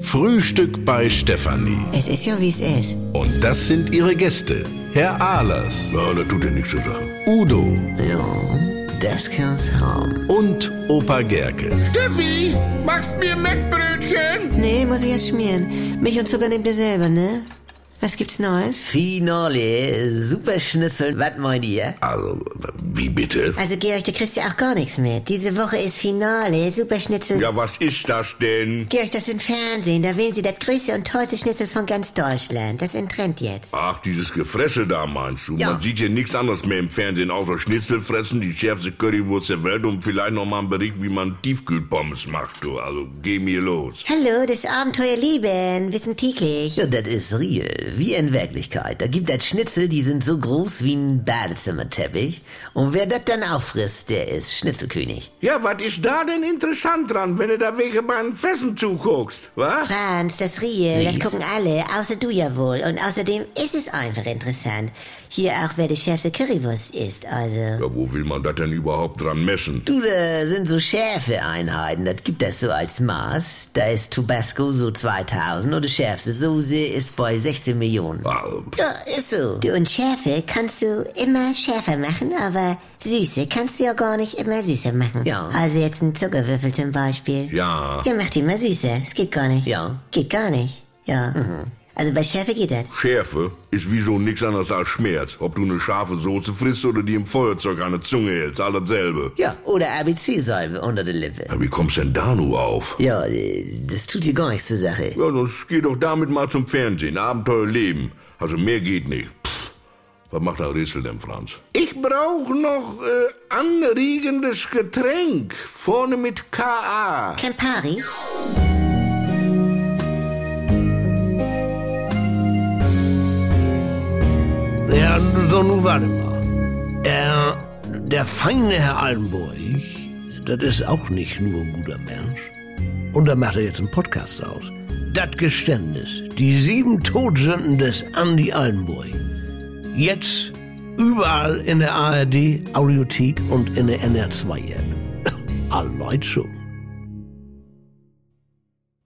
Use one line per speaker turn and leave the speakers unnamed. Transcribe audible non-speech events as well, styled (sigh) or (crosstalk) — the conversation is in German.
Frühstück bei Stefanie.
Es ist ja, wie es ist.
Und das sind ihre Gäste. Herr Ahlers,
Ja, das tut dir nichts zu sagen.
Udo
Ja, das kann's haben.
und Opa Gerke.
Steffi, machst mir Mettbrötchen?
Nee, muss ich erst schmieren. Milch und Zucker nehmt ihr selber, ne? Was gibt's Neues?
Finale, Superschnitzel, was meint ihr?
Also, wie bitte?
Also Georg, du kriegst ja auch gar nichts mit. Diese Woche ist Finale, Superschnitzel.
Ja, was ist das denn?
Georg, das ist im Fernsehen. Da wählen sie das größte und tollste Schnitzel von ganz Deutschland. Das ist ein Trend jetzt.
Ach, dieses Gefresse da meinst du?
Ja.
Man sieht hier nichts anderes mehr im Fernsehen, außer Schnitzel fressen, die schärfste Currywurst der Welt und vielleicht noch mal einen Bericht, wie man Tiefkühlpommes macht, du. Also, geh mir los.
Hallo, das Abenteuer lieben. Wir sind täglich.
Ja, das ist real, wie in Wirklichkeit. Da gibt es Schnitzel, die sind so groß wie ein Badezimmerteppich. Und wer das dann auffrisst, der ist Schnitzelkönig.
Ja, was ist da denn interessant dran, wenn du da wegen meinen Fressen zuguckst, wa?
Franz, das Real, das
Siehst.
gucken alle, außer du ja wohl. Und außerdem ist es einfach interessant. Hier auch, wer die schärfste Currywurst ist, also.
Ja, wo will man das denn überhaupt dran messen?
Du, da sind so Schärfeeinheiten, das gibt das so als Maß. Da ist Tabasco so 2000 und die schärfste Soße ist bei 16 Millionen.
Ah,
Ja, ist so.
Du und Schärfe kannst du immer schärfer machen, aber Süße kannst du ja gar nicht immer süßer machen.
Ja.
Also jetzt ein Zuckerwürfel zum Beispiel.
Ja,
Ja, mach die mal süßer. Es geht gar nicht.
Ja. Mhm.
Geht gar nicht. Ja. Also bei Schärfe geht das.
Schärfe ist wieso nix anderes als Schmerz. Ob du eine scharfe Soße frisst oder die im Feuerzeug an der Zunge hältst, all dasselbe.
Ja, oder ABC-Salbe unter der Lippe.
Ja, wie kommst denn da nur auf?
Ja, äh, das tut dir gar nichts zur Sache.
Ja, sonst geh doch damit mal zum Fernsehen. Abenteuer leben. Also mehr geht nicht. Pff, was macht der Rissel denn, Franz? Ich brauch noch äh, anregendes Getränk. Vorne mit K.A.
Campari?
Ja, so nun warte mal. Äh, der feine Herr Altenburg, das ist auch nicht nur ein guter Mensch. Und da macht er jetzt einen Podcast aus. Das Geständnis, die sieben Todsünden des Andy Altenburg. Jetzt überall in der ARD, Audiothek und in der NR2-App. (laughs) Alle Leute schon.